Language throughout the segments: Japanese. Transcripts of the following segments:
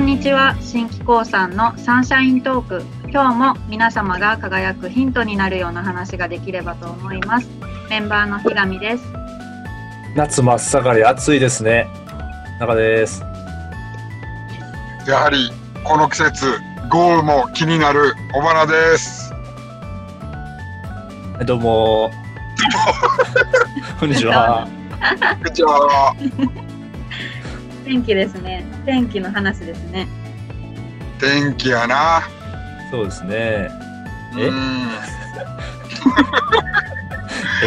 にちは新機構さんのサンシャイントーク今日も皆様が輝くヒントになるような話ができればと思いますメンバーの日上です夏真っ盛り暑いですね中ですやはりこの季節豪雨も気になる小花ですど うもこんにちはこんにちは天気ですね天気の話ですね天気やなそうですねうえん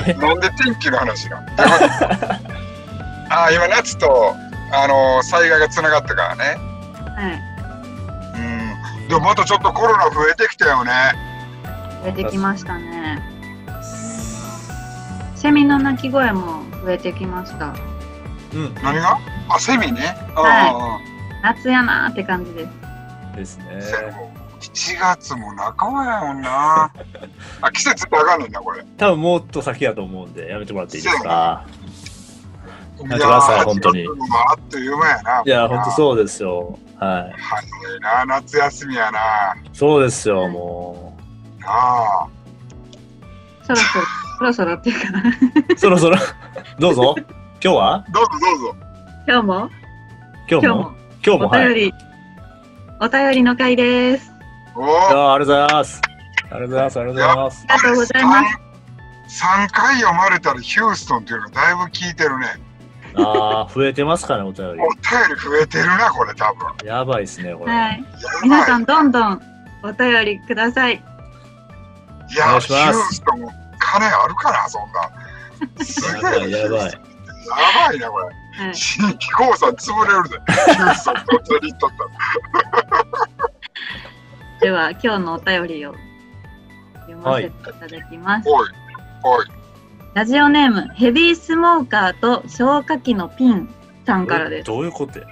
えなんで天気の話なのあー今夏とあのー災害がつながったからねはいうんでもまたちょっとコロナ増えてきたよね増えてきましたねセミの鳴き声も増えてきましたうん何があセミねはあ夏やなーって感じですですねあ、セミ7月も半ばやもんなあ季節ってあかんねんなこれ多分もっと先だと思うんでやめてもらっていいですかやっいてください本当に8月もあっという間やな。いや本当そうですよはい早いな、夏休みやな。なそうですよもあ。そろ そろそろそろっていうかなうそ ろそろどうぞ今日はどうぞどうぞ。今日も今日今日もも今日もおは便いり、お便りの回ですおお。あーありがとうございますありがとうございますありがとうございますありがとうございますす。3回読まれたらヒューストンっていうのがだいぶ効いてるね。あー増えてますかねお便お便り増えてるな、これ多分。りやばいですねこれ、はいやばい皆さんどんどんお便りくださいいお願や、いしヒまュすーストンも金あるかな、そんな。すやげばえいね。やばいヒューストンやばいね、これ。はい新機構さん潰れるぜ。ヒューストンと取りとったら。では今日のお便りを読ませていただきます、おい、おい。ラジオネームヘビースモーカーと消火器のピンさんからですどういうことや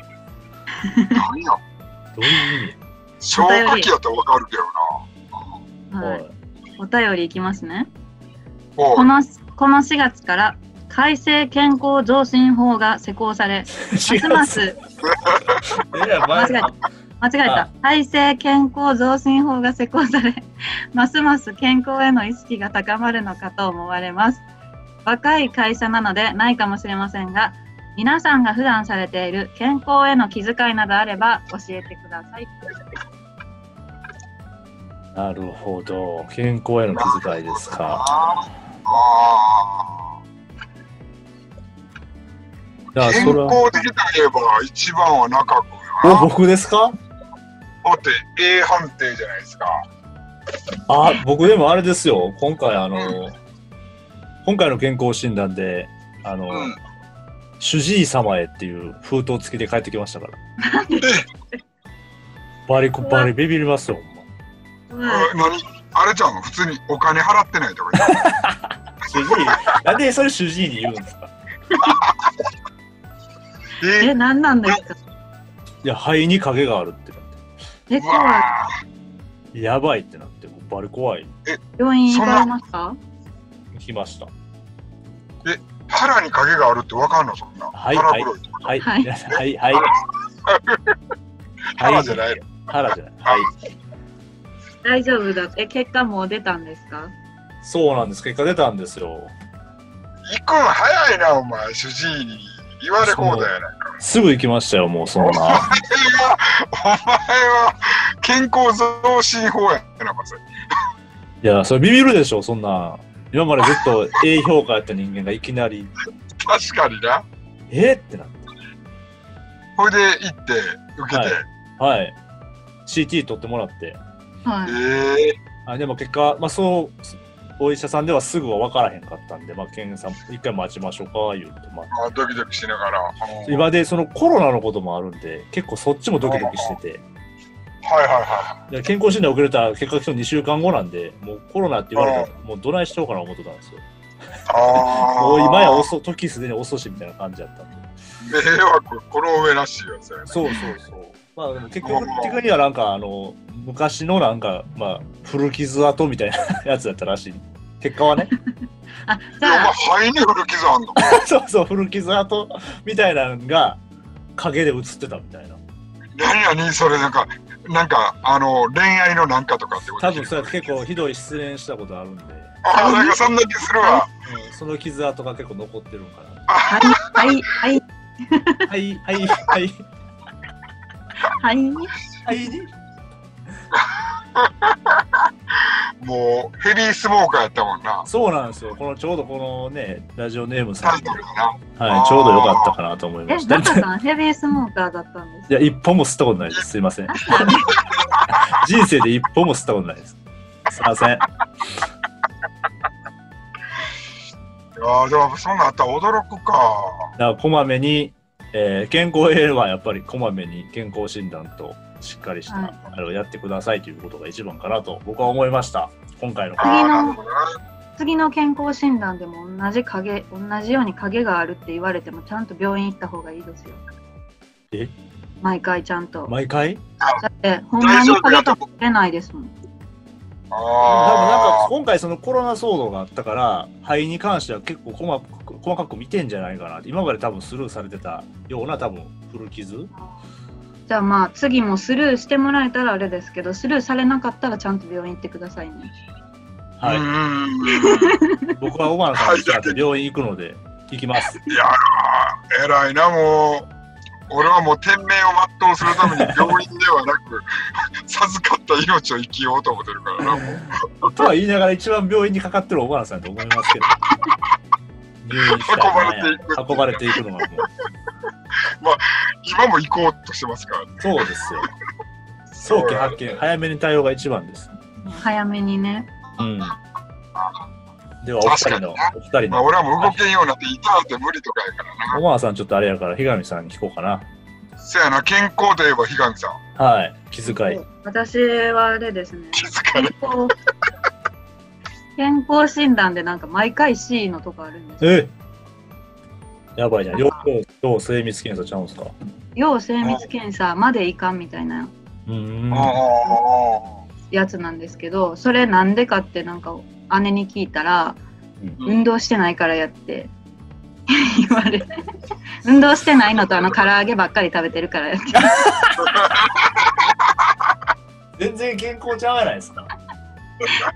何や。どういう意味消火器やったらわかるけどな。はい、お便りいきますねおいこ。のこの4月から改正健康増進法が施行されますま違すういや間違前えた間違えあた改正健康増進法が施行され ますます健康への意識が高まるのかと思われます若い会社なのでないかもしれませんが皆さんが普段されている健康への気遣いなどあれば教えてくださいなるほど健康への気遣いですかああだから健それは康的といえば一番は中君やおな僕ですかだって A 判定じゃないですかあ僕でもあれですよ今回あの、今回の健康診断であの、うん主治医様へっていう封筒付きで帰ってきましたからえ、バリコバリビビりますよほんまはい何あれじゃん普通にお金払ってないとか言う主治医 なんでそれ主治医に言うんですかええ何なんですかいや肺に影があるってなっえう今日はわてやばいってなってもうバリ怖い病院行かれました来ましたー腹に影があるってわかんのそんな、はい腹黒いとかはい、はい皆さん はい、はい。腹じゃないの腹じゃない。はい。大丈夫だえ結果もう出たんですかそうなんです。結果出たんですよ。行くん早いなお前主治医に言われこうだよねすぐ行きましたよ、もうそんな。 お前は健康増進法やなこれいや、それビビるでしょ、そんな。今までずっと A 評価やった人間がいきなり、確かになえってなって。ほいで行って受けて、ははい。CT 取ってもらって。はいええあでも結果、まあそう、お医者さんではすぐは分からへんかったんで、まあ、検査も一回待ちましょうか、言うて、まあ、まあ、ドキドキしながら。うんはい今でそのコロナのこともあるんで、結構そっちもドキドキしてて。はいはいや健康診断遅れた結果今日2週間後なんで、もうコロナって言われたら、もうどないしようかな思ってたんですよ。い。ああ。もう今や遅、時すでに遅しみたいな感じだったんで。迷惑、この上らしいよ、それ。そうそうそう。まあでも結局的にはなんかあの、昔のなんか、まあ古傷跡みたいなやつだったらしい。結果は ね。あじいゃやお前、あ肺に古傷あんの。 そうそう、古傷跡みたいなのが影で映ってたみたいな。何何それなんかなんかあの恋愛のなんかとかってこと多分そうやって結構ひどい失恋したことあるんで、ああなんかそんな気するわうんその傷跡が結構残ってるんかな。はい、はい、はい、はい、はい、はい、はい。はいにもうヘビースモーカーやったもんなそうなんですよ。このちょうどこのね、ラジオネームさタんイ。トルがなはい、ちょうど良かったかなと思いまえ、した。中さん、ヘビースモーカーだったんですいや、一本も吸ったことないです。すいません。人生で一本も吸ったことないです。すいません。ああでもそんなんあったら驚くかだからこまめに、えー健康栄養はやっぱりこまめに健康診断としっかりした、はいあれをやってくださいということが一番かなと僕は思いました今回の次のああなるほどな次の健康診断でも同じ影同じように影があるって言われてもちゃんと病院行った方がいいですよ。え毎回ちゃんと。毎回だってほんまに影とか出ないですもん。でもなんあか今回そのコロナ騒動があったから肺に関しては結構細かく細かく見てんじゃないかなって今まで多分スルーされてたような多分古傷じゃあまあ次もスルーしてもらえたらあれですけどスルーされなかったらちゃんと病院行ってくださいね。あ、はい、い、僕は小原さんと違って病院行くので行きますいやー偉いなもう俺はもう天命を全うするために病院ではなく 授かった命を生きようと思ってるからなもうとは言いながら一番病院にかかってる小原さんだと思いますけど入院したいな運運ばばれれてていくのはもう今も行こうとしてますからねそうですよ早期発見早めに対応が一番です、早めにね。うん、ではお二人のお二人まあ、の俺はもう動けんようになって痛って無理とかやからな小原さんちょっとあれやから日上さんに聞こうかなせやな健康といえば樋上さんはい気遣い私はあれですね。気づか健れ康 健康診断でなんか毎回 C のとこあるんですよ。えやばいじゃん要要精密検査ちゃうんすか要精密検査までいかんみたいなうーんああやつなんですけどそれなんでかってなんか姉に聞いたらうん運動してないからやって 言われて運動してないのとあの唐揚げばっかり食べてるからやって全然健康ちゃうやないですか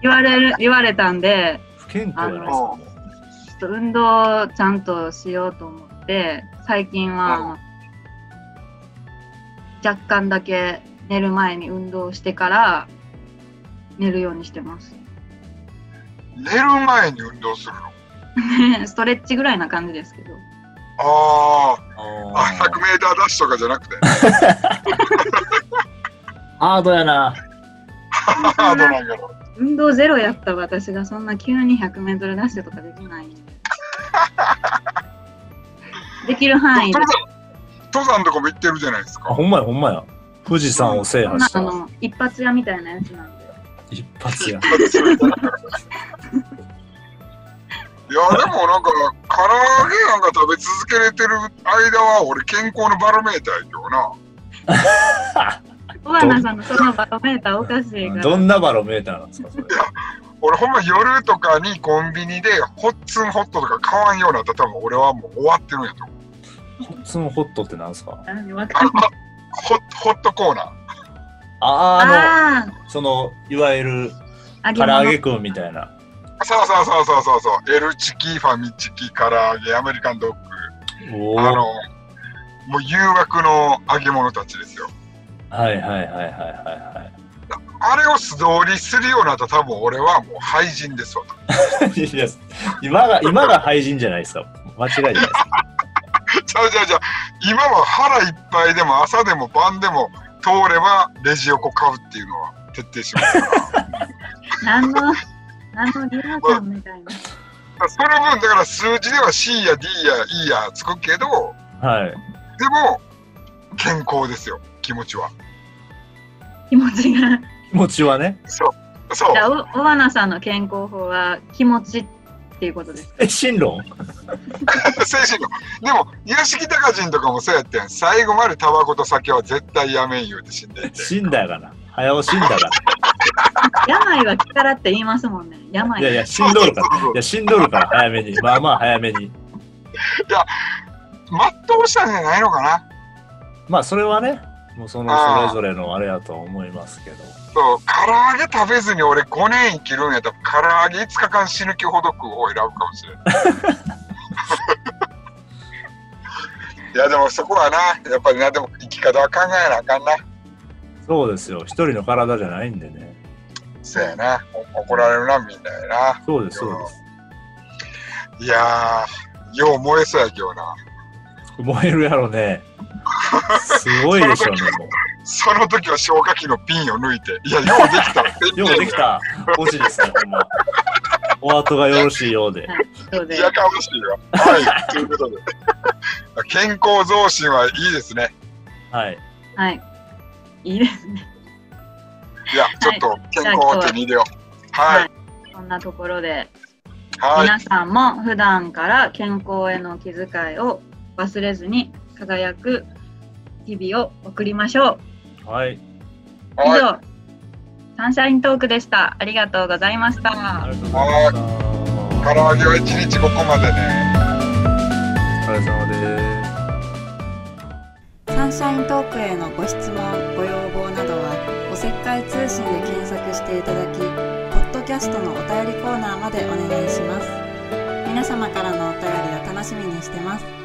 言われる言われたんで不健康じゃないですかもちうょっと運動をちゃんとしようと思って最近はあの若干だけ寝る前に運動してから寝るようにしてます。 寝る前に運動するのストレッチぐらいな感じですけど。ああああ 100m ダッシュとかじゃ なくてーハードやなハードなんやろ運動ゼロやった私がそんな急に 100m ダッシュとかできないんで できる範囲で登山登山とかも行ってるじゃないですあかほんまやほんまや富士山を制そん覇なしあたの一発屋みたいなやつなんで一発やいやでもなんか唐揚げなんか食べ続けれてる間は俺健康のバロメーターやけどな小花さんのそのバロメーターおかしいからどんなバロメーターなんですかそれ俺ほんま夜とかにコンビニでホッツンホットとか買わんようになったら多分俺はもう終わってるんやと思うホッツンホットってなんですかなんでわあかのんないホッホットコーナーあああのそのいわゆるあ唐揚げげくんみたいなそうそうそうそうそうそうエルチキファミチキ唐揚げアメリカンドッグおおあのはいもう誘惑の揚げ物たちですよはいはいはいはいはあれを素通りするようになったら多分俺はもう廃人ですわ いいや今が今が廃人じゃないですか間違いじゃないですかじゃあじゃあじゃあ今は腹いっぱいでも朝でも晩でも通ればレジ横買うっていうのは徹底しますから何の何のリアさんみたいなその分だから数字では C や D や E やつくけどはいでも健康ですよ気持ちは気持ちが気持ちはねそうそじゃうあお小花さんの健康法は気持ちっていうことですえ進路精神力でも吉木隆人とかもそうやってん最後までタバコと酒は絶対やめん言うて死んでいて死んだやがな早尾死んだが病は気からって言いますもんねな病いやいや死んどるからいや死んどるから早めにまあまあ早めに全うしたんじゃないのかなまあそれはねもうそのそれぞれのあれやとは思いますけど。そう唐揚げ食べずに俺5年生きるんやったら唐揚げ5日間死ぬ気ほど食う方を選ぶか もしれないいやでもそこはなやっぱりなでも生き方は考えなあかんなそうですよ。一人の体じゃないんでね。そうやなお怒られるなみんなやなそうです、そうです。いやーよう燃えそうやけどな燃えるやろね。すごいでしょうね。もその時は消火器のピンを抜いていやようできたうようできた。落ちですね、ほんま。お後がよろしいようで。そうでいやかましい わはいということで健康増進はいいですねはい。はい。いいですね。いやちょっと健康を手に入れようはいこんなところで、はい皆さんも普段から健康への気遣いを忘れずに輝く日々を送りましょう。はい。以はい上、サンシャイントークでした。ありがとうございました。ありがとうございました。唐揚げは1日5個までねお疲れ様です。サンシャイントークへのご質問、ご要望などは、おせっかい通信で検索していただき、ポッドキャストのお便りコーナーまでお願いします。皆様からのお便りを楽しみにしてます。